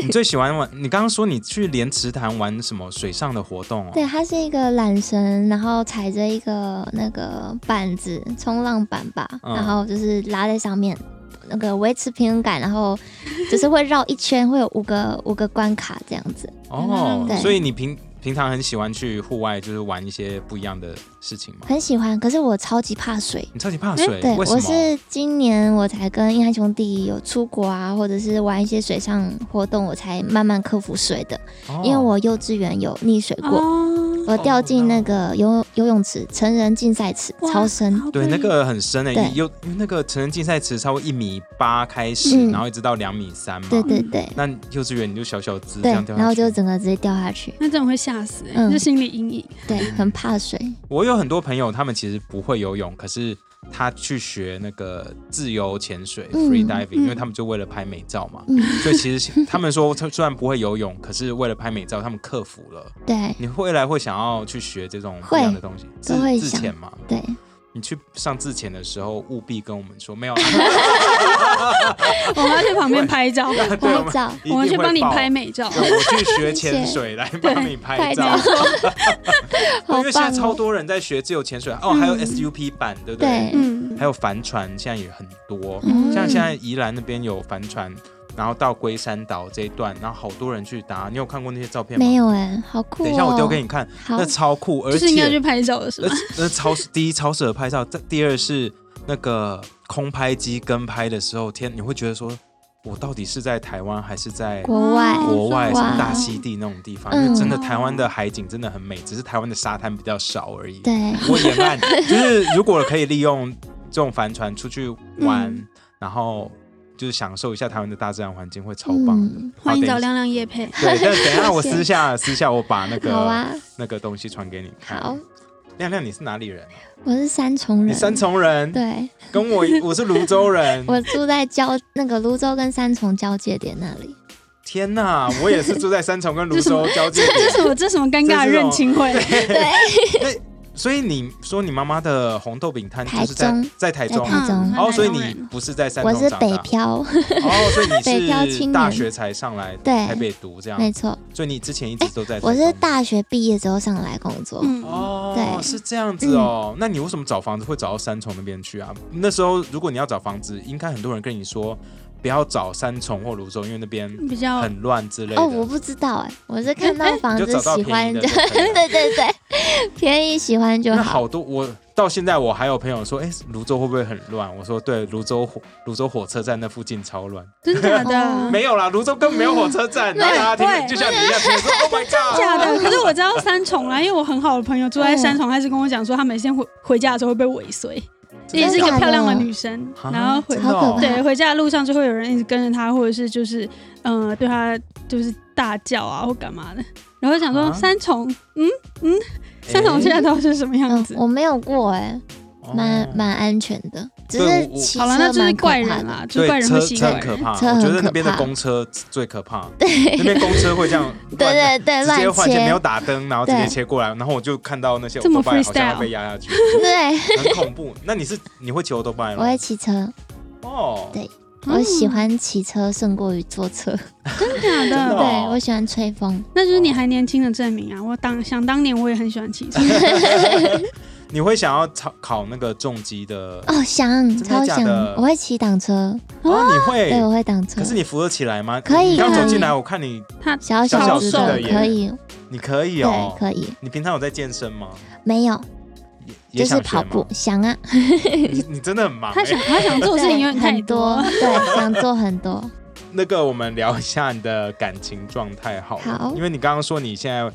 [SPEAKER 1] 你最喜欢玩？你刚刚说你去莲池潭玩什么水上的活动哦？
[SPEAKER 3] 对，它是一个缆绳，然后踩着一个那个板子，冲浪板吧，
[SPEAKER 1] 嗯
[SPEAKER 3] 然后就是拉在上面。那个维持平衡感，然后就是会绕一圈，会有五个五个关卡这样子。
[SPEAKER 1] 哦，
[SPEAKER 3] 嗯对
[SPEAKER 1] 所以你平平常很喜欢去户外，就是玩一些不一样的事情吗？
[SPEAKER 3] 很喜欢，可是我超级怕水。
[SPEAKER 1] 你超级怕水，
[SPEAKER 3] 嗯对，
[SPEAKER 1] 为什么？
[SPEAKER 3] 我是今年我才跟硬汉兄弟有出国啊，或者是玩一些水上活动，我才慢慢克服水的。
[SPEAKER 1] 哦
[SPEAKER 3] 因为我幼稚园有溺水过，
[SPEAKER 2] 哦，
[SPEAKER 3] 我掉进那个游游泳池，成人竞赛池
[SPEAKER 2] 哇
[SPEAKER 3] 超深。
[SPEAKER 2] 好可以
[SPEAKER 1] 对那个很深诶、
[SPEAKER 3] 对
[SPEAKER 1] 有因为那个成人竞赛池超过一米八开始，
[SPEAKER 3] 嗯
[SPEAKER 1] 然后一直到两米三嘛。
[SPEAKER 3] 对对对
[SPEAKER 1] 那幼稚园你就小小嗯只这
[SPEAKER 3] 对
[SPEAKER 1] 样，掉
[SPEAKER 3] 然后
[SPEAKER 1] 下去。
[SPEAKER 3] 就整个直接掉下去。
[SPEAKER 2] 那真的会吓死、欸，
[SPEAKER 3] 嗯
[SPEAKER 2] 是心理阴影。
[SPEAKER 3] 对，
[SPEAKER 1] 嗯
[SPEAKER 3] 很怕水。
[SPEAKER 1] 我有很多朋友，他们其实不会游泳，可是他去学那个自由潜水、
[SPEAKER 3] 嗯
[SPEAKER 1] （free diving），、
[SPEAKER 2] 嗯
[SPEAKER 1] 因为他们就为了拍美照嘛。
[SPEAKER 3] 嗯，
[SPEAKER 1] 所以其实他们说，他虽然不会游泳，可是为了拍美照，他们克服了。
[SPEAKER 3] 对
[SPEAKER 1] 你未来会想要去学这种不一样的东西，自
[SPEAKER 3] 都会
[SPEAKER 1] 自
[SPEAKER 3] 想
[SPEAKER 1] 潜嘛？
[SPEAKER 3] 对，
[SPEAKER 1] 你去上字前的时候，务必跟我们说没 有，啊
[SPEAKER 2] 我们要去旁边拍 照，我
[SPEAKER 1] 对啊
[SPEAKER 3] 拍
[SPEAKER 1] 我们
[SPEAKER 3] 照，
[SPEAKER 1] 一
[SPEAKER 2] 们
[SPEAKER 1] 定
[SPEAKER 2] 去
[SPEAKER 1] 会
[SPEAKER 2] 帮你
[SPEAKER 1] 爆
[SPEAKER 2] 拍美照。
[SPEAKER 1] 对我去学潜水来帮你拍照，
[SPEAKER 3] 好
[SPEAKER 1] 因为现在
[SPEAKER 3] 棒
[SPEAKER 1] 超
[SPEAKER 3] 哦！
[SPEAKER 1] 多人在学自由潜水哦，还有 SUP 版，对不对？
[SPEAKER 3] 对
[SPEAKER 2] 嗯，
[SPEAKER 1] 还有帆船，现在也很多，
[SPEAKER 3] 嗯
[SPEAKER 1] 像现在宜兰那边有帆船，然后到龟山岛这一段，然后好多人去搭，你有看过那些照片吗？
[SPEAKER 3] 没。有哎，好酷哦！
[SPEAKER 1] 等一下我丢给你看，
[SPEAKER 3] 好
[SPEAKER 1] 那超酷，而
[SPEAKER 2] 就
[SPEAKER 1] 且
[SPEAKER 2] 是应该去拍照的是
[SPEAKER 1] 那
[SPEAKER 2] 吧？
[SPEAKER 1] 那超第一超适合拍照，再第二是那个空拍机跟拍的时候，天，你会觉得说，我到底是在台湾还是在
[SPEAKER 3] 国外
[SPEAKER 2] 哦
[SPEAKER 1] 国外什么
[SPEAKER 3] 哇
[SPEAKER 1] 大溪地那种地方？
[SPEAKER 3] 嗯
[SPEAKER 1] 因为真的台湾的海景真的很美，只是台湾的沙滩比较少而已。
[SPEAKER 3] 对，
[SPEAKER 1] 我也慢， 就是如果可以利用这种帆船出去玩，
[SPEAKER 2] 嗯
[SPEAKER 1] 然后就是享受一下台湾的大自然环境，会超棒的。
[SPEAKER 3] 嗯，
[SPEAKER 1] 好
[SPEAKER 2] 欢迎
[SPEAKER 1] 等
[SPEAKER 2] 找
[SPEAKER 1] 一
[SPEAKER 2] 亮亮叶配。
[SPEAKER 1] 对，但等一下我
[SPEAKER 3] 谢谢
[SPEAKER 1] 私下私下我把那个、
[SPEAKER 3] 好啊，
[SPEAKER 1] 那个东西传给你看。
[SPEAKER 3] 好，
[SPEAKER 1] 亮亮，你是哪里人啊？
[SPEAKER 3] 我是三重
[SPEAKER 1] 你
[SPEAKER 3] 人，
[SPEAKER 1] 三重人，
[SPEAKER 3] 对，。
[SPEAKER 1] 跟我我是泸州人
[SPEAKER 3] 我住在交那个泸州跟三重交界点那里，
[SPEAKER 1] 天哪，我也是住在三重跟泸
[SPEAKER 2] 这什
[SPEAKER 1] 州
[SPEAKER 2] 么
[SPEAKER 1] 交界
[SPEAKER 2] 这
[SPEAKER 1] 点。
[SPEAKER 2] 什么这什么尴尬的
[SPEAKER 1] 哦
[SPEAKER 2] 认亲 会？
[SPEAKER 1] 所以你说你妈妈的红豆饼摊就是在
[SPEAKER 3] 台中
[SPEAKER 1] 在台
[SPEAKER 3] 在
[SPEAKER 1] 中，
[SPEAKER 3] 台中
[SPEAKER 2] 嗯。
[SPEAKER 1] 哦，所以
[SPEAKER 2] 台
[SPEAKER 1] 你
[SPEAKER 2] 中人
[SPEAKER 1] 不是在三
[SPEAKER 3] 我
[SPEAKER 1] 重
[SPEAKER 3] 是
[SPEAKER 1] 长大，
[SPEAKER 3] 北漂，
[SPEAKER 1] 哦，所以
[SPEAKER 3] 北漂
[SPEAKER 1] 你
[SPEAKER 3] 青
[SPEAKER 1] 是
[SPEAKER 3] 年
[SPEAKER 1] 大学才上来
[SPEAKER 3] 对
[SPEAKER 1] 台北读这样，
[SPEAKER 3] 没错，
[SPEAKER 1] 所以你之前一直都在台中。
[SPEAKER 3] 我是大学毕业之后上来工作，
[SPEAKER 2] 嗯，
[SPEAKER 1] 哦，
[SPEAKER 3] 对嗯
[SPEAKER 1] 是这样子哦。那你为什么找房子会找到三重那边去啊？那时候如果你要找房子，应该很多人跟你说不要找三重或泸州，因为那边
[SPEAKER 2] 比较
[SPEAKER 1] 很乱之类的。
[SPEAKER 3] 嗯哦，我不知道哎、我是看到 房
[SPEAKER 1] 你就
[SPEAKER 3] 子
[SPEAKER 1] 找到
[SPEAKER 3] 喜
[SPEAKER 1] 便
[SPEAKER 3] 欢
[SPEAKER 1] 宜的
[SPEAKER 3] 就，
[SPEAKER 1] 就可以了。
[SPEAKER 3] 对对对， 便宜喜欢就
[SPEAKER 1] 那
[SPEAKER 3] 好。
[SPEAKER 1] 好多，我到现在我还有朋友说，哎、泸州会不会很乱？我说对，泸州火泸州火车站那附近超乱，
[SPEAKER 2] 真假
[SPEAKER 3] 哦
[SPEAKER 2] 的？啊
[SPEAKER 1] 没有啦，泸州根本没有火车 站。然后大家听，
[SPEAKER 2] 对
[SPEAKER 1] 就像你一样听说，Oh my
[SPEAKER 2] 假
[SPEAKER 1] god！
[SPEAKER 2] 的，可是我知道三重啦，因为我很好的朋友住在三重，她是跟我讲说，她每天回回家的时候会被尾随，这也是一个漂亮的女生，
[SPEAKER 1] 啊
[SPEAKER 2] 然后回
[SPEAKER 1] 真的
[SPEAKER 3] 好可
[SPEAKER 1] 哦
[SPEAKER 3] 怕
[SPEAKER 2] 对回家的路上就会有人一直跟着她，或者是就是嗯、呃对她就是大叫啊或干嘛的，然后想
[SPEAKER 1] 啊
[SPEAKER 2] 说三重，嗯嗯，三重
[SPEAKER 1] 哎
[SPEAKER 2] 现在到底是什么样
[SPEAKER 3] 嗯
[SPEAKER 2] 子，？
[SPEAKER 3] 我没有过哎、
[SPEAKER 1] 哦
[SPEAKER 3] 蛮蛮安全的，只
[SPEAKER 1] 对
[SPEAKER 3] 是
[SPEAKER 1] 我我
[SPEAKER 3] 骑
[SPEAKER 2] 好了，
[SPEAKER 3] 车
[SPEAKER 2] 那就是
[SPEAKER 3] 蛮可
[SPEAKER 2] 怪人
[SPEAKER 3] 怕的
[SPEAKER 2] 啦，就是
[SPEAKER 1] 对
[SPEAKER 2] 怪人
[SPEAKER 1] 车
[SPEAKER 2] 会吸
[SPEAKER 1] 车
[SPEAKER 2] 怪
[SPEAKER 1] 很可
[SPEAKER 2] 人。
[SPEAKER 1] 怕，
[SPEAKER 3] 车很
[SPEAKER 1] 我觉得那边的
[SPEAKER 3] 可怕
[SPEAKER 1] 公车最可 怕，那边公车会这样
[SPEAKER 3] 对
[SPEAKER 1] 乱
[SPEAKER 3] 对对，
[SPEAKER 1] 啊直接
[SPEAKER 3] 乱
[SPEAKER 1] 换线没有
[SPEAKER 3] 切，
[SPEAKER 1] 打灯，然后直接
[SPEAKER 3] 对
[SPEAKER 1] 切过来，然后我就看到那些
[SPEAKER 2] 这么
[SPEAKER 1] o 拜好像要
[SPEAKER 2] freestyle
[SPEAKER 1] 被压下去，
[SPEAKER 3] 对，
[SPEAKER 1] 很恐怖。那你是你会骑 o 拜
[SPEAKER 3] 我
[SPEAKER 1] 吗？
[SPEAKER 3] 会骑车，
[SPEAKER 1] 哦，
[SPEAKER 3] 对
[SPEAKER 2] 嗯
[SPEAKER 3] 我喜欢骑车胜过于坐车，
[SPEAKER 2] 真
[SPEAKER 1] 真的
[SPEAKER 2] 嗯的
[SPEAKER 1] 哦，
[SPEAKER 3] 对我喜欢吹风，
[SPEAKER 2] 那就是你还年轻的证明啊！我当想当年我也很喜欢骑车，
[SPEAKER 1] 你会想要考考那个重机的？
[SPEAKER 3] 哦香
[SPEAKER 1] 的
[SPEAKER 3] 超
[SPEAKER 1] 假
[SPEAKER 3] 香
[SPEAKER 1] 的，
[SPEAKER 3] 我会骑挡车，
[SPEAKER 1] 哦，你会？
[SPEAKER 3] 对我会挡车
[SPEAKER 1] 可，是你扶得起来吗？
[SPEAKER 3] 可以啊
[SPEAKER 1] 你刚
[SPEAKER 3] 可以
[SPEAKER 1] 走进来，我看你，
[SPEAKER 3] 小
[SPEAKER 1] 小
[SPEAKER 2] 小
[SPEAKER 3] 子
[SPEAKER 2] 瘦
[SPEAKER 3] 的
[SPEAKER 2] 的耶
[SPEAKER 3] 可以，
[SPEAKER 1] 你可以哦
[SPEAKER 3] 对。可以，
[SPEAKER 1] 你平常有在健身吗？
[SPEAKER 3] 没有
[SPEAKER 1] 也也
[SPEAKER 3] 就是
[SPEAKER 1] 想学
[SPEAKER 3] 跑
[SPEAKER 1] 吗
[SPEAKER 3] 步， 想 啊，
[SPEAKER 1] 你你真的很忙
[SPEAKER 2] 他
[SPEAKER 1] 欸。
[SPEAKER 2] 想他想做的事情
[SPEAKER 3] 对
[SPEAKER 2] 有点太
[SPEAKER 3] 很
[SPEAKER 2] 多
[SPEAKER 3] 多，，对，想做很多，
[SPEAKER 1] 那个，我们聊一下你的感情状态好了
[SPEAKER 3] 好
[SPEAKER 1] 因为你刚刚说你现在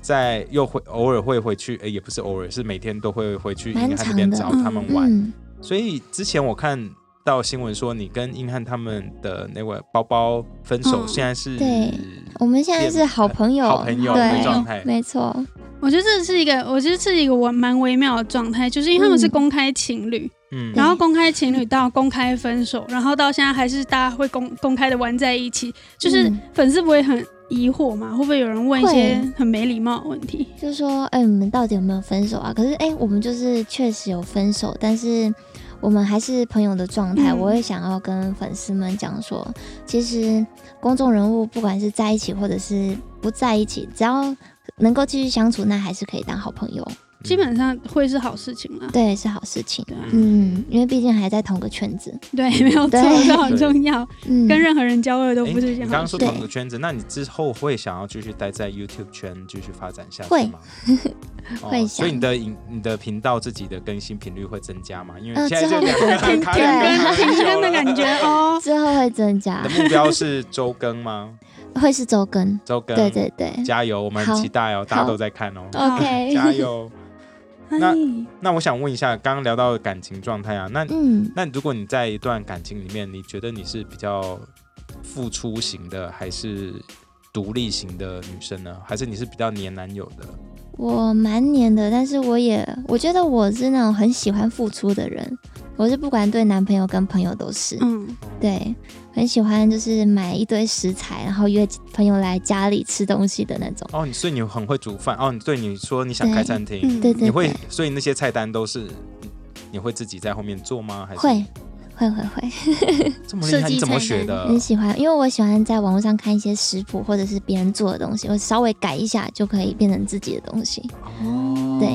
[SPEAKER 1] 在又会偶尔会回去，诶，也不是偶尔，是每天都会回去
[SPEAKER 3] 蛮
[SPEAKER 1] 英汉那边找
[SPEAKER 3] 长
[SPEAKER 2] 的
[SPEAKER 1] 他们玩。
[SPEAKER 3] 嗯，
[SPEAKER 1] 所以之前我看到新闻说你跟英汉他们的那位包包分手，
[SPEAKER 2] 嗯
[SPEAKER 1] 现在是
[SPEAKER 3] 对我们现在是好朋友，
[SPEAKER 1] 好朋友的
[SPEAKER 3] 对，
[SPEAKER 1] 状态。
[SPEAKER 3] 没错，
[SPEAKER 2] 我觉得这是一个，我觉得是一个我蛮微妙的状态，就是因为他们
[SPEAKER 3] 嗯
[SPEAKER 2] 是公开情侣，
[SPEAKER 1] 嗯
[SPEAKER 2] 然后公开情侣到公开分手，
[SPEAKER 3] 嗯
[SPEAKER 2] 然后到现在还是大家会公公开的玩在一起，就是
[SPEAKER 3] 嗯
[SPEAKER 2] 粉丝不会很疑惑嘛？会不会有人问一些很没礼貌的问题？
[SPEAKER 3] 就说，哎、你们到底有没有分手啊？可是，哎、我们就是确实有分手，但是我们还是朋友的状态。
[SPEAKER 2] 嗯
[SPEAKER 3] 我也想要跟粉丝们讲说，其实公众人物不管是在一起或者是不在一起，只要能够继续相处，那还是可以当好朋友，
[SPEAKER 2] 基本上会是好事情啦。
[SPEAKER 3] 对，是好事情。
[SPEAKER 2] 对啊
[SPEAKER 3] 嗯，因为毕竟还在同个圈子，
[SPEAKER 2] 对， 没有错，
[SPEAKER 3] 对
[SPEAKER 2] 这很重要。
[SPEAKER 3] 嗯，
[SPEAKER 2] 跟任何人交流都
[SPEAKER 1] 诶
[SPEAKER 2] 不是一
[SPEAKER 1] 你
[SPEAKER 2] 件
[SPEAKER 1] 刚
[SPEAKER 2] 好
[SPEAKER 1] 刚
[SPEAKER 2] 事
[SPEAKER 1] 说。
[SPEAKER 3] 对
[SPEAKER 1] 同个圈子，那你之后会想要继续待在 YouTube 圈继续发展下去
[SPEAKER 3] 会
[SPEAKER 1] 吗？哦
[SPEAKER 3] 会
[SPEAKER 1] 所以
[SPEAKER 3] 想
[SPEAKER 1] 你的影你的频道自己的更新频率会增加吗？因为
[SPEAKER 3] 呃
[SPEAKER 1] 现在
[SPEAKER 3] 之
[SPEAKER 1] 就
[SPEAKER 3] 后
[SPEAKER 1] 两
[SPEAKER 3] 会
[SPEAKER 1] 个
[SPEAKER 2] 停停
[SPEAKER 1] 卡两个人
[SPEAKER 2] 更停 更的
[SPEAKER 1] 很久
[SPEAKER 2] 感
[SPEAKER 1] 了
[SPEAKER 2] 觉 哦。
[SPEAKER 3] 之后会增加
[SPEAKER 1] 你，的目标是周更吗？
[SPEAKER 3] 会是周更，
[SPEAKER 1] 周更，
[SPEAKER 3] 对对对
[SPEAKER 1] 加油，我们很
[SPEAKER 3] 好
[SPEAKER 1] 期待哦，大家
[SPEAKER 3] 好
[SPEAKER 1] 都在看哦，
[SPEAKER 2] 好
[SPEAKER 3] ，OK，
[SPEAKER 1] 加油。那
[SPEAKER 2] 哎
[SPEAKER 1] 那我想问一下，刚刚聊到感情状态啊，那
[SPEAKER 3] 嗯，
[SPEAKER 1] 那如果你在一段感情里面，你觉得你是比较付出型的，还是独立型的女生呢？还是你是比较黏男友的？
[SPEAKER 3] 我蛮黏的，但是我也我觉得我是那种很喜欢付出的人，我是不管对男朋友跟朋友都是，
[SPEAKER 2] 嗯，
[SPEAKER 3] 对，很喜欢就是买一堆食材，然后约朋友来家里吃东西的那种。
[SPEAKER 1] 哦，你所以你很会煮饭哦。你对你说你想开餐厅，
[SPEAKER 2] 嗯
[SPEAKER 3] 对对
[SPEAKER 1] 你会
[SPEAKER 3] 对，
[SPEAKER 1] 所以那些菜单都是你会自己在后面做吗？还是
[SPEAKER 3] 会会会会，
[SPEAKER 1] 这么厉
[SPEAKER 2] 设
[SPEAKER 1] 害？
[SPEAKER 2] 计
[SPEAKER 1] 你怎么
[SPEAKER 2] 菜
[SPEAKER 1] 学
[SPEAKER 2] 单
[SPEAKER 1] 的？
[SPEAKER 3] 很喜欢，因为我喜欢在网络上看一些食谱或者是别人做的东西，我稍微改一下就可以变成自己的东西，
[SPEAKER 1] 哦，
[SPEAKER 3] 对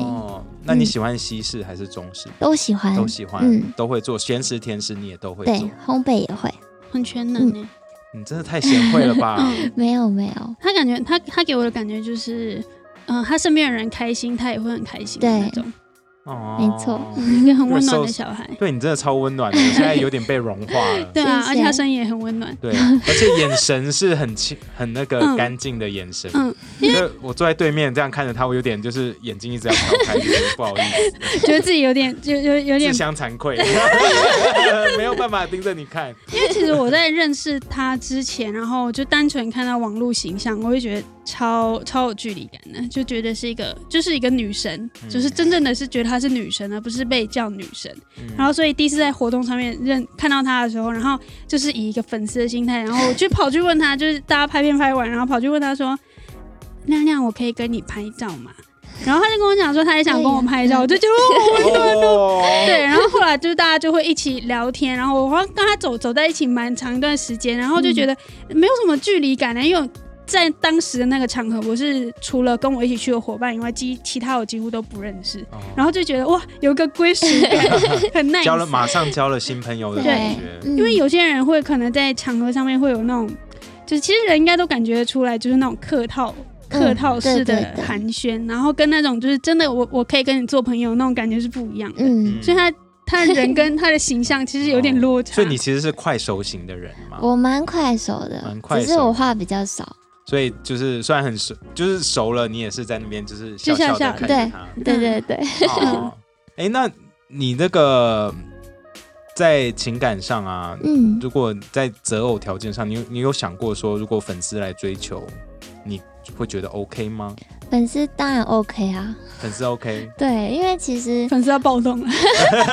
[SPEAKER 1] 那你
[SPEAKER 3] 嗯
[SPEAKER 1] 喜欢西式还是中式？
[SPEAKER 3] 都喜欢。
[SPEAKER 1] 都喜欢，
[SPEAKER 3] 嗯
[SPEAKER 1] 都会做咸食甜食，你也都会
[SPEAKER 3] 对
[SPEAKER 1] 做。，
[SPEAKER 3] 烘焙也会。
[SPEAKER 2] 很全
[SPEAKER 3] 嗯
[SPEAKER 2] 能欸诶、
[SPEAKER 1] 你真的太贤惠了 吧？
[SPEAKER 3] 没有没有，
[SPEAKER 2] 他感觉他他给我的感觉就是，嗯、他身边的人开心，他也会很开心的
[SPEAKER 3] 对
[SPEAKER 2] 那种，
[SPEAKER 1] 哦，
[SPEAKER 3] 没错
[SPEAKER 2] 一个很温暖的小孩。
[SPEAKER 1] 对你真的超温暖的，我现在有点被融化了。
[SPEAKER 2] 对啊，
[SPEAKER 3] 谢谢
[SPEAKER 2] 而且他声音也很温暖。
[SPEAKER 1] 对，而且眼神是很清、很那个
[SPEAKER 2] 嗯
[SPEAKER 1] 干净的眼神。
[SPEAKER 2] 嗯，
[SPEAKER 1] 因为我坐在对面这样看着他，我有点就是眼睛一直要跑开，就是不好意思，
[SPEAKER 2] 觉得自己有点有有有点
[SPEAKER 1] 自，相惭愧，没有办法盯着你看。
[SPEAKER 2] 因为其实我在认识他之前，然后就单纯看到网络形象，我会觉得超超有距离感的，就觉得是一个就是一个女神，
[SPEAKER 1] 嗯
[SPEAKER 2] 就是真正的是觉得她是女神，而不是被叫女神。
[SPEAKER 1] 嗯
[SPEAKER 2] 然后所以第一次在活动上面认看到他的时候，然后就是以一个粉丝的心态，然后我就跑去问他，就是大家拍片拍完，然后跑去问他说：“亮亮，我可以跟你拍照吗？”然后他就跟我讲说，他也想跟我拍照，我就觉得哦，
[SPEAKER 1] 哦，
[SPEAKER 3] 哎
[SPEAKER 2] 对，然后后来就是大家就会一起聊天，然后我好像跟他走走在一起蛮长一段时间，然后就
[SPEAKER 3] 嗯
[SPEAKER 2] 觉得没有什么距离感呢，啊因为我在当时的那个场合，我是除了跟我一起去的伙伴以外，其其他我几乎都不认识，
[SPEAKER 1] 哦
[SPEAKER 2] 然后就觉得哇，有个归属感， 很 nice。
[SPEAKER 1] 交了马上交了新朋友的感觉。
[SPEAKER 3] 嗯
[SPEAKER 2] 因为有些人会可能在场合上面会有那种，就是其实人应该都感觉得出来，就是那种客套。
[SPEAKER 3] 嗯
[SPEAKER 2] 客套式的
[SPEAKER 3] 对对对
[SPEAKER 2] 寒暄，然后跟那种就是真的我我可以跟你做朋友那种感觉是不一样的。
[SPEAKER 3] 嗯，
[SPEAKER 2] 所以他他的人跟他的形象其实有点落差。
[SPEAKER 1] 哦所以你其实是快手型的人嘛，
[SPEAKER 3] 我蛮快手的
[SPEAKER 1] 啊蛮，快
[SPEAKER 3] 只是
[SPEAKER 1] 手
[SPEAKER 3] 我话比较少。
[SPEAKER 1] 所以就是虽然很熟，就是熟了，你也是在那边就是笑笑的看
[SPEAKER 3] 就笑
[SPEAKER 1] 着
[SPEAKER 3] 笑
[SPEAKER 1] 他。
[SPEAKER 3] 对对对，
[SPEAKER 1] 哦，哎、那你那个在情感上啊，
[SPEAKER 3] 嗯，
[SPEAKER 1] 如果在择偶条件上，你有你有想过说，如果粉丝来追求，你会觉得 OK 吗？
[SPEAKER 3] 粉丝当然 OK 啊，
[SPEAKER 1] 粉丝 OK，
[SPEAKER 3] 对，因为 其实
[SPEAKER 2] 粉丝要暴动了，
[SPEAKER 1] 哦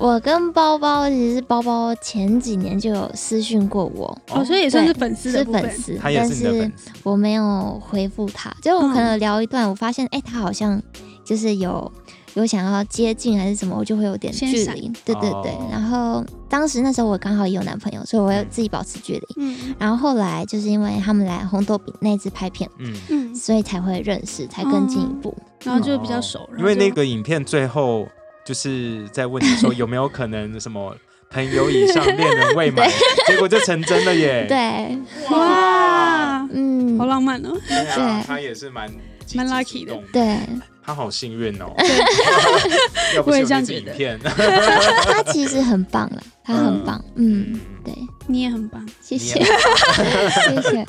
[SPEAKER 3] 我跟包包，其实包包前几年就有私讯过我，
[SPEAKER 2] 哦，所以也算是粉丝的
[SPEAKER 3] 是
[SPEAKER 2] 部分
[SPEAKER 3] 粉。丝，
[SPEAKER 1] 他也
[SPEAKER 3] 但
[SPEAKER 1] 是你的
[SPEAKER 3] 是
[SPEAKER 1] 粉丝，
[SPEAKER 3] 我没有回复他，就我可
[SPEAKER 2] 嗯
[SPEAKER 3] 能聊一段，我发现哎、他好像就是有有想要接近还是什么，我就会有点
[SPEAKER 2] 先
[SPEAKER 3] 距
[SPEAKER 2] 闪
[SPEAKER 3] 离，对对对。
[SPEAKER 1] 哦
[SPEAKER 3] 然后当时那时候我刚好也有男朋友，所以我要
[SPEAKER 1] 嗯
[SPEAKER 3] 自己保持距离。
[SPEAKER 2] 嗯
[SPEAKER 3] 然后后来就是因为他们来红豆饼那次拍片，
[SPEAKER 1] 嗯，
[SPEAKER 2] 嗯，
[SPEAKER 3] 所以才会认识，才更进一步。
[SPEAKER 2] 然后就比较熟
[SPEAKER 1] 哦，
[SPEAKER 2] 然后
[SPEAKER 1] 因为
[SPEAKER 2] 就
[SPEAKER 1] 那个影片最后就是在问你说有没有可能什么朋友以上恋人未 满，结果就成真了耶。
[SPEAKER 3] 对，
[SPEAKER 2] 哇，
[SPEAKER 3] 嗯
[SPEAKER 2] 好，浪漫哦。
[SPEAKER 1] 对啊
[SPEAKER 3] 对
[SPEAKER 1] 他也是蛮积极
[SPEAKER 2] 蛮 lucky
[SPEAKER 1] 主动的，
[SPEAKER 3] 对，
[SPEAKER 1] 他好幸运哦。要不
[SPEAKER 2] 我
[SPEAKER 1] 是
[SPEAKER 2] 也
[SPEAKER 1] 有
[SPEAKER 2] 这
[SPEAKER 1] 那
[SPEAKER 2] 样
[SPEAKER 1] 支
[SPEAKER 2] 觉
[SPEAKER 1] 影
[SPEAKER 2] 得
[SPEAKER 1] 片，
[SPEAKER 3] 他其实很棒了，他很棒，嗯，对，
[SPEAKER 2] 你也很棒，
[SPEAKER 3] 谢谢，
[SPEAKER 1] 你
[SPEAKER 3] 谢谢，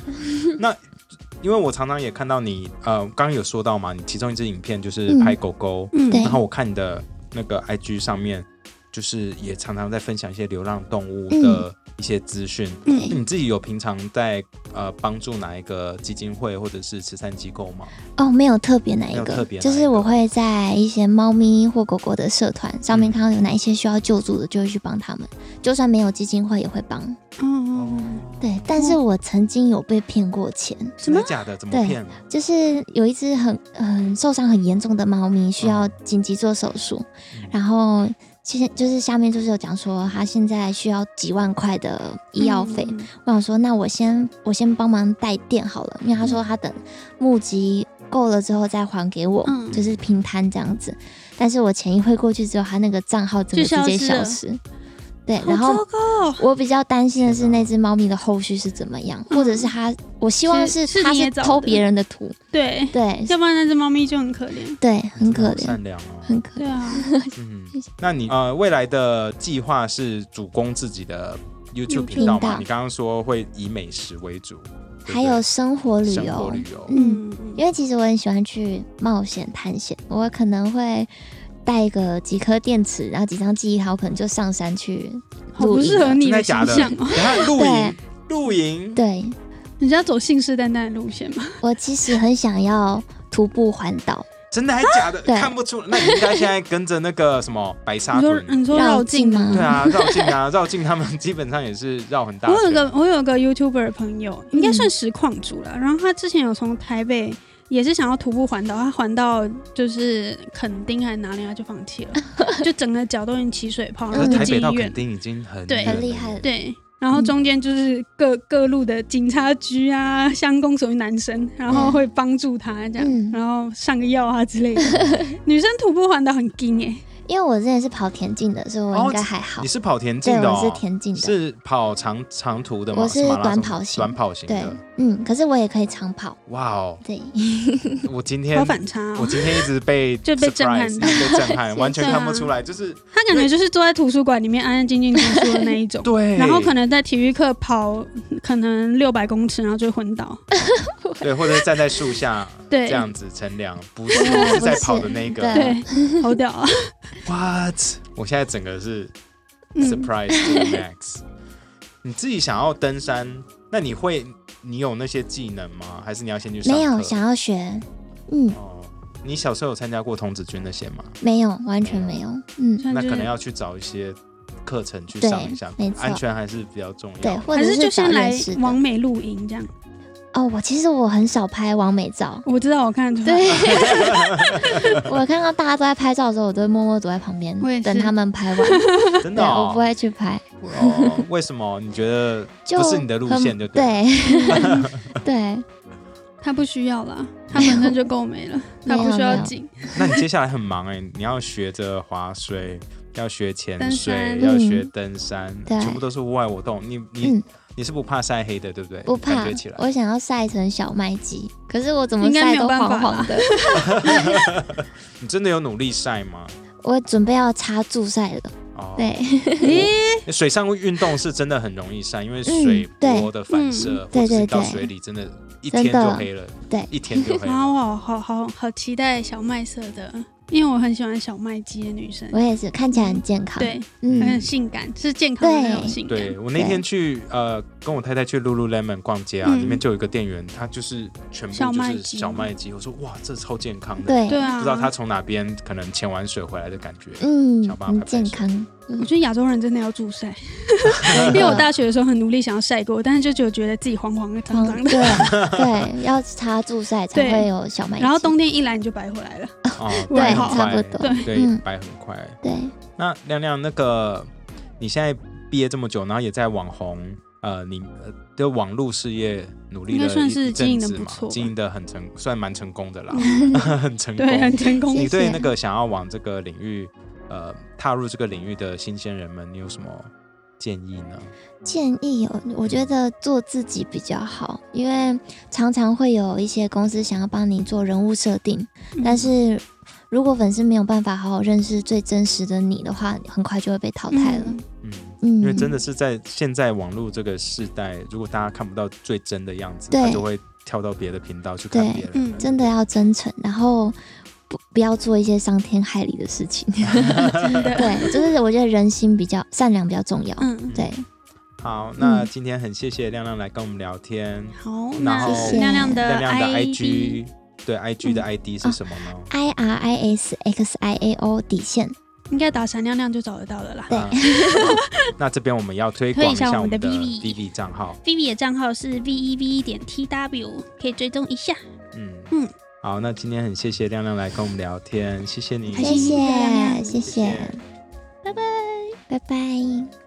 [SPEAKER 1] 因为我常常也看到你，呃，刚刚有说到嘛，你其中一支影片就是
[SPEAKER 3] 嗯
[SPEAKER 1] 拍狗狗，
[SPEAKER 2] 嗯，
[SPEAKER 3] 对
[SPEAKER 1] 然后我看你的那个 IG 上面，就是也常常在分享一些流浪动物的一些资讯。那
[SPEAKER 3] 对，
[SPEAKER 1] 你自己有平常在呃帮助哪一个基金会或者是慈善机构吗？
[SPEAKER 3] 哦，没有特别哪
[SPEAKER 1] 没
[SPEAKER 3] 一
[SPEAKER 1] 有特
[SPEAKER 3] 个
[SPEAKER 1] 别，哪
[SPEAKER 3] 就
[SPEAKER 1] 一个
[SPEAKER 3] 是我会在一些猫咪或狗狗的社团上
[SPEAKER 1] 嗯
[SPEAKER 3] 面看到有哪一些需要救助的，就会去帮他们，就算没有基金会也会帮。
[SPEAKER 1] 哦
[SPEAKER 2] 嗯，嗯
[SPEAKER 3] 对，但是我曾经有被骗过钱，
[SPEAKER 1] 真的假的？怎么
[SPEAKER 3] 对
[SPEAKER 1] 骗？
[SPEAKER 3] 就是有一只很很受伤很严重的猫咪需要
[SPEAKER 1] 嗯
[SPEAKER 3] 紧急做手术，
[SPEAKER 1] 嗯
[SPEAKER 3] 然后其实就是下面就是有讲说它现在需要几万块的医药费，，
[SPEAKER 2] 嗯
[SPEAKER 3] 我想说那我先我先帮忙带电好了，因为他
[SPEAKER 1] 嗯
[SPEAKER 3] 说他等募集够了之后再还给我，
[SPEAKER 2] 嗯
[SPEAKER 3] 就是平摊这样子。但是我钱一汇过去之后，他那个账号整个
[SPEAKER 2] 就消
[SPEAKER 3] 直接
[SPEAKER 2] 失了
[SPEAKER 3] 消失。对，
[SPEAKER 2] 好
[SPEAKER 3] 然后
[SPEAKER 2] 糟糕哦，
[SPEAKER 3] 我比较担心的是
[SPEAKER 1] 天哪
[SPEAKER 3] 那只猫咪的后续是怎么样，
[SPEAKER 2] 嗯
[SPEAKER 3] 或者是它，我希望
[SPEAKER 2] 是
[SPEAKER 3] 是
[SPEAKER 2] 是
[SPEAKER 3] 它
[SPEAKER 2] 你也
[SPEAKER 3] 是
[SPEAKER 2] 找
[SPEAKER 3] 偷
[SPEAKER 2] 的
[SPEAKER 3] 别人的图，
[SPEAKER 2] 对，
[SPEAKER 3] 对
[SPEAKER 2] 要不然那只猫咪就很可怜。
[SPEAKER 3] 对，很
[SPEAKER 1] 你真的
[SPEAKER 3] 可
[SPEAKER 1] 好
[SPEAKER 3] 怜，
[SPEAKER 1] 善良哦。
[SPEAKER 3] 很可
[SPEAKER 2] 对啊，
[SPEAKER 1] 嗯，那你呃未来的计划是主攻自己的 YouTube 频道
[SPEAKER 3] 频
[SPEAKER 1] 吗？
[SPEAKER 3] 道
[SPEAKER 1] 你刚刚说会以美食为主，对不对
[SPEAKER 3] 怜。还有生活旅
[SPEAKER 1] 生活
[SPEAKER 3] 游，
[SPEAKER 1] 旅游，
[SPEAKER 3] 嗯，
[SPEAKER 2] 嗯，
[SPEAKER 3] 因为其实我很喜欢去冒险探险，我可能会带一个几颗电池，然后几张记忆卡，我可能就上山去
[SPEAKER 2] 好
[SPEAKER 3] 露
[SPEAKER 2] 不
[SPEAKER 3] 营
[SPEAKER 2] 适合
[SPEAKER 3] 了。
[SPEAKER 2] 你
[SPEAKER 1] 真的
[SPEAKER 2] 形
[SPEAKER 1] 假的？
[SPEAKER 2] 象
[SPEAKER 1] 等
[SPEAKER 2] 哦。
[SPEAKER 1] 一下露营
[SPEAKER 3] 对，
[SPEAKER 1] 露营，
[SPEAKER 3] 对，
[SPEAKER 2] 你是要走信誓旦旦的路线吗？
[SPEAKER 3] 我其实很想要徒步环岛，
[SPEAKER 1] 真的还假的？
[SPEAKER 3] 对
[SPEAKER 1] 看不出。那你应该现在跟着那个什么白沙
[SPEAKER 2] 你说
[SPEAKER 1] 屯，
[SPEAKER 2] 你说
[SPEAKER 3] 绕
[SPEAKER 2] 绕境
[SPEAKER 3] 境
[SPEAKER 2] 吗
[SPEAKER 3] 吗？
[SPEAKER 1] 对啊，绕境啊， 绕境，他们基本上也是绕很
[SPEAKER 3] 嗯
[SPEAKER 1] 大圈。嗯
[SPEAKER 2] 我有个我有个 YouTuber 朋友，应该算实况主了。然后他之前有从台北也是想要徒步环岛，他环到就是垦丁还是哪里，他就放弃 了，就整个脚都已经起水泡，然
[SPEAKER 1] 可
[SPEAKER 2] 后
[SPEAKER 1] 是
[SPEAKER 2] 就
[SPEAKER 1] 台
[SPEAKER 2] 进
[SPEAKER 1] 北
[SPEAKER 2] 医
[SPEAKER 1] 到
[SPEAKER 2] 院
[SPEAKER 1] 垦。丁嗯已经很
[SPEAKER 2] 对
[SPEAKER 1] 远
[SPEAKER 3] 很厉害了
[SPEAKER 2] 对，然后中间就是各、各路的警察局啊、乡公所的男生，然
[SPEAKER 1] 嗯
[SPEAKER 2] 后会帮助他这样，
[SPEAKER 3] 嗯
[SPEAKER 2] 然后上个药啊之 类的。女生徒步环岛很惊哎、
[SPEAKER 3] 因为我之前是跑田径的，所以我应该还好。
[SPEAKER 1] 哦你是跑田
[SPEAKER 3] 对，
[SPEAKER 1] 径的、
[SPEAKER 3] 我
[SPEAKER 1] 哦，
[SPEAKER 3] 是田径的，
[SPEAKER 1] 是跑长长途的吗？
[SPEAKER 3] 我是
[SPEAKER 1] 马拉松
[SPEAKER 3] 短跑型
[SPEAKER 1] 短跑型
[SPEAKER 3] 对
[SPEAKER 1] 的。，
[SPEAKER 3] 嗯，可是我也可以长跑，
[SPEAKER 1] 哇哦，
[SPEAKER 3] 对，
[SPEAKER 1] 我今
[SPEAKER 2] 好
[SPEAKER 1] 天
[SPEAKER 2] 反差哦、
[SPEAKER 1] 我今天一直被
[SPEAKER 2] 就被震撼
[SPEAKER 1] surprise，被震 撼，完全
[SPEAKER 2] 对啊
[SPEAKER 1] 看不出来，就是。
[SPEAKER 2] 他感觉就是坐在图书馆里面安安静静读书的那一种
[SPEAKER 1] 对，
[SPEAKER 2] 然后可能在体育课跑可能六百公尺，然后就会昏倒。
[SPEAKER 1] 对，或者是站在树下
[SPEAKER 2] 对
[SPEAKER 1] 这样子乘凉，不是
[SPEAKER 3] 对
[SPEAKER 1] 是在
[SPEAKER 3] 不是
[SPEAKER 1] 跑的那个。
[SPEAKER 3] 对
[SPEAKER 2] 对，好屌啊！
[SPEAKER 1] What？我现在整个是
[SPEAKER 2] 嗯，
[SPEAKER 1] surprise to the max。你 自己想要登山，那你会你有那些技能吗？还是你要先去上课？
[SPEAKER 3] 没有想要学，嗯，
[SPEAKER 1] 哦，你小时候有参加过童子军那些吗？
[SPEAKER 3] 没有，完全没有，嗯，
[SPEAKER 2] 那
[SPEAKER 1] 那
[SPEAKER 2] 就
[SPEAKER 1] 可能
[SPEAKER 2] 是
[SPEAKER 1] 要去找一些课程去
[SPEAKER 3] 对
[SPEAKER 1] 上一下
[SPEAKER 3] 没，错
[SPEAKER 1] 安全还是比较重要。
[SPEAKER 3] 对，或
[SPEAKER 2] 还
[SPEAKER 3] 者
[SPEAKER 2] 是就
[SPEAKER 3] 找
[SPEAKER 2] 先来
[SPEAKER 3] 认识
[SPEAKER 2] 完
[SPEAKER 3] 的。
[SPEAKER 2] 美露营这样。
[SPEAKER 3] 哦，我其实我很少拍完美照，
[SPEAKER 2] 我知道，我看得出来。
[SPEAKER 3] 对， 我看到大家都在拍照的时候，我都会默默躲在旁边
[SPEAKER 2] 我也是
[SPEAKER 3] 等他们 拍完，
[SPEAKER 1] 真
[SPEAKER 3] 对
[SPEAKER 1] 的、哦，
[SPEAKER 3] 我不会去拍，
[SPEAKER 1] 哦，为什么？你觉得
[SPEAKER 3] 就
[SPEAKER 1] 不是你的路线
[SPEAKER 3] 很
[SPEAKER 1] 就对
[SPEAKER 3] 对，对，
[SPEAKER 2] 他不需要啦，他本身就够美了，他不需要紧。
[SPEAKER 1] 那你接下来很忙哎、你要学着划水， 要学潜
[SPEAKER 2] 登
[SPEAKER 1] 水，
[SPEAKER 2] 山
[SPEAKER 1] 要学登山，
[SPEAKER 3] 对
[SPEAKER 1] 全部都是户外活动。你你、
[SPEAKER 3] 嗯，
[SPEAKER 1] 你是不怕晒黑的，对不对？
[SPEAKER 3] 不怕
[SPEAKER 1] 感觉起，来
[SPEAKER 3] 我想要晒成小麦鸡，可是我怎么
[SPEAKER 2] 应该
[SPEAKER 3] 晒
[SPEAKER 2] 没有
[SPEAKER 3] 都
[SPEAKER 2] 办法
[SPEAKER 3] 黄
[SPEAKER 2] 啦
[SPEAKER 3] 黄的。
[SPEAKER 1] 你真的有努力晒吗？
[SPEAKER 3] 我准备要插助晒了，
[SPEAKER 1] 哦，欸
[SPEAKER 3] 对，
[SPEAKER 2] 咦，
[SPEAKER 1] 水上运动是真的很容易晒，因为水波的反射，
[SPEAKER 3] 对
[SPEAKER 1] 或者是你到
[SPEAKER 3] 嗯对对
[SPEAKER 1] 水里真的，一
[SPEAKER 3] 真
[SPEAKER 1] 天
[SPEAKER 3] 的
[SPEAKER 1] 就黑了，
[SPEAKER 3] 对
[SPEAKER 1] 一天就黑
[SPEAKER 2] 然
[SPEAKER 1] 了。
[SPEAKER 2] 后我好好好期待小麦色的，因为我很喜欢小麦肌的女生
[SPEAKER 3] 我，也是看起来很健康。
[SPEAKER 2] 对，
[SPEAKER 3] 嗯
[SPEAKER 2] 很，性感，是健康的那种
[SPEAKER 3] 对
[SPEAKER 2] 性感。
[SPEAKER 1] 对我那天去呃，跟我太太去 Lululemon 逛街啊，
[SPEAKER 2] 嗯
[SPEAKER 1] 里面就有一个店员，他就是全部
[SPEAKER 2] 小
[SPEAKER 1] 就
[SPEAKER 2] 麦
[SPEAKER 1] 是
[SPEAKER 2] 鸡
[SPEAKER 1] 小麦鸡，我说哇，这超健康的，
[SPEAKER 3] 对
[SPEAKER 2] 对啊，
[SPEAKER 1] 不知道他从哪边可能潜完水回来的感觉。
[SPEAKER 3] 嗯
[SPEAKER 1] 小，巴
[SPEAKER 3] 很
[SPEAKER 1] 拍拍
[SPEAKER 3] 健
[SPEAKER 1] 手
[SPEAKER 3] 康。嗯
[SPEAKER 2] 我觉得亚洲人真的要 助晒，因为我大学的时候很努力想要晒过，但是就只有觉得自己黄黄的、
[SPEAKER 3] 嗯
[SPEAKER 2] 脏脏的。
[SPEAKER 3] 对对，要插助晒才
[SPEAKER 2] 对
[SPEAKER 3] 会有小麦鸡。
[SPEAKER 2] 然后冬天一来你就白回来了，
[SPEAKER 1] 哦，
[SPEAKER 2] 对
[SPEAKER 1] 白
[SPEAKER 2] 好
[SPEAKER 1] 很快，
[SPEAKER 3] 差不多
[SPEAKER 1] 对，
[SPEAKER 3] 嗯
[SPEAKER 1] 白很快。
[SPEAKER 3] 对，
[SPEAKER 1] 那亮亮，那个你现在毕业这么久，然后也在网红呃，你呃的网络事业努力
[SPEAKER 2] 应
[SPEAKER 1] 了
[SPEAKER 2] 该算
[SPEAKER 1] 一
[SPEAKER 2] 是
[SPEAKER 1] 一
[SPEAKER 2] 经营
[SPEAKER 1] 阵
[SPEAKER 2] 得
[SPEAKER 1] 子
[SPEAKER 2] 不
[SPEAKER 1] 嘛
[SPEAKER 2] 错，吧
[SPEAKER 1] 经营的很成，算蛮成功的啦，很成功。
[SPEAKER 2] 对，很成功。
[SPEAKER 1] 你
[SPEAKER 3] 谢
[SPEAKER 1] 对
[SPEAKER 3] 谢
[SPEAKER 1] 那个想要往这个领域呃踏入这个领域的新鲜人们，你有什么建议呢？
[SPEAKER 3] 建议有，我觉得做自己比较好，因为常常会有一些公司想要帮你做人物设定，
[SPEAKER 2] 嗯
[SPEAKER 3] 但是如果粉丝没有办法好好认识最真实的你的话，很快就会被淘汰了。
[SPEAKER 2] 嗯
[SPEAKER 1] 嗯。
[SPEAKER 3] 嗯，
[SPEAKER 1] 因为真的是在现在网络这个时代，如果大家看不到最真的样子，
[SPEAKER 3] 对
[SPEAKER 1] 他就会跳到别的频道去看
[SPEAKER 3] 对
[SPEAKER 1] 别人。
[SPEAKER 2] 嗯
[SPEAKER 3] 真的要真诚，然后不不要做一些伤天害理的事情。
[SPEAKER 2] 真的，
[SPEAKER 3] 对，就是我觉得人心比较善良比较重要。
[SPEAKER 2] 嗯，
[SPEAKER 3] 对，
[SPEAKER 1] 好，那
[SPEAKER 3] 嗯
[SPEAKER 1] 今天很谢谢亮亮来跟我们聊天。
[SPEAKER 2] 好，
[SPEAKER 1] 然
[SPEAKER 2] 那
[SPEAKER 1] 后
[SPEAKER 2] 亮亮的 E
[SPEAKER 1] 亮亮的
[SPEAKER 2] ID
[SPEAKER 1] IG，对 IG 的 ID 是什么呢？
[SPEAKER 3] I R I S X I A O 底线，
[SPEAKER 2] 应该打闪亮亮就找得到了啦。
[SPEAKER 3] 对
[SPEAKER 1] 啊那这边我们要推
[SPEAKER 2] 推
[SPEAKER 1] 广一
[SPEAKER 2] 一下
[SPEAKER 1] 下
[SPEAKER 2] 我
[SPEAKER 1] 我
[SPEAKER 2] 们
[SPEAKER 1] 们
[SPEAKER 2] 的
[SPEAKER 1] 的
[SPEAKER 2] VV
[SPEAKER 1] VV 账号。
[SPEAKER 2] Vivi 的账号是 V E V 点 T W，可以追踪一下。
[SPEAKER 1] 嗯
[SPEAKER 2] 嗯
[SPEAKER 1] 好，那今天很谢谢亮亮来跟我们聊天，谢谢你，
[SPEAKER 2] 开
[SPEAKER 3] 谢
[SPEAKER 2] 心
[SPEAKER 3] 谢
[SPEAKER 2] 亮亮
[SPEAKER 3] 谢谢，
[SPEAKER 1] 谢
[SPEAKER 3] 拜拜拜拜。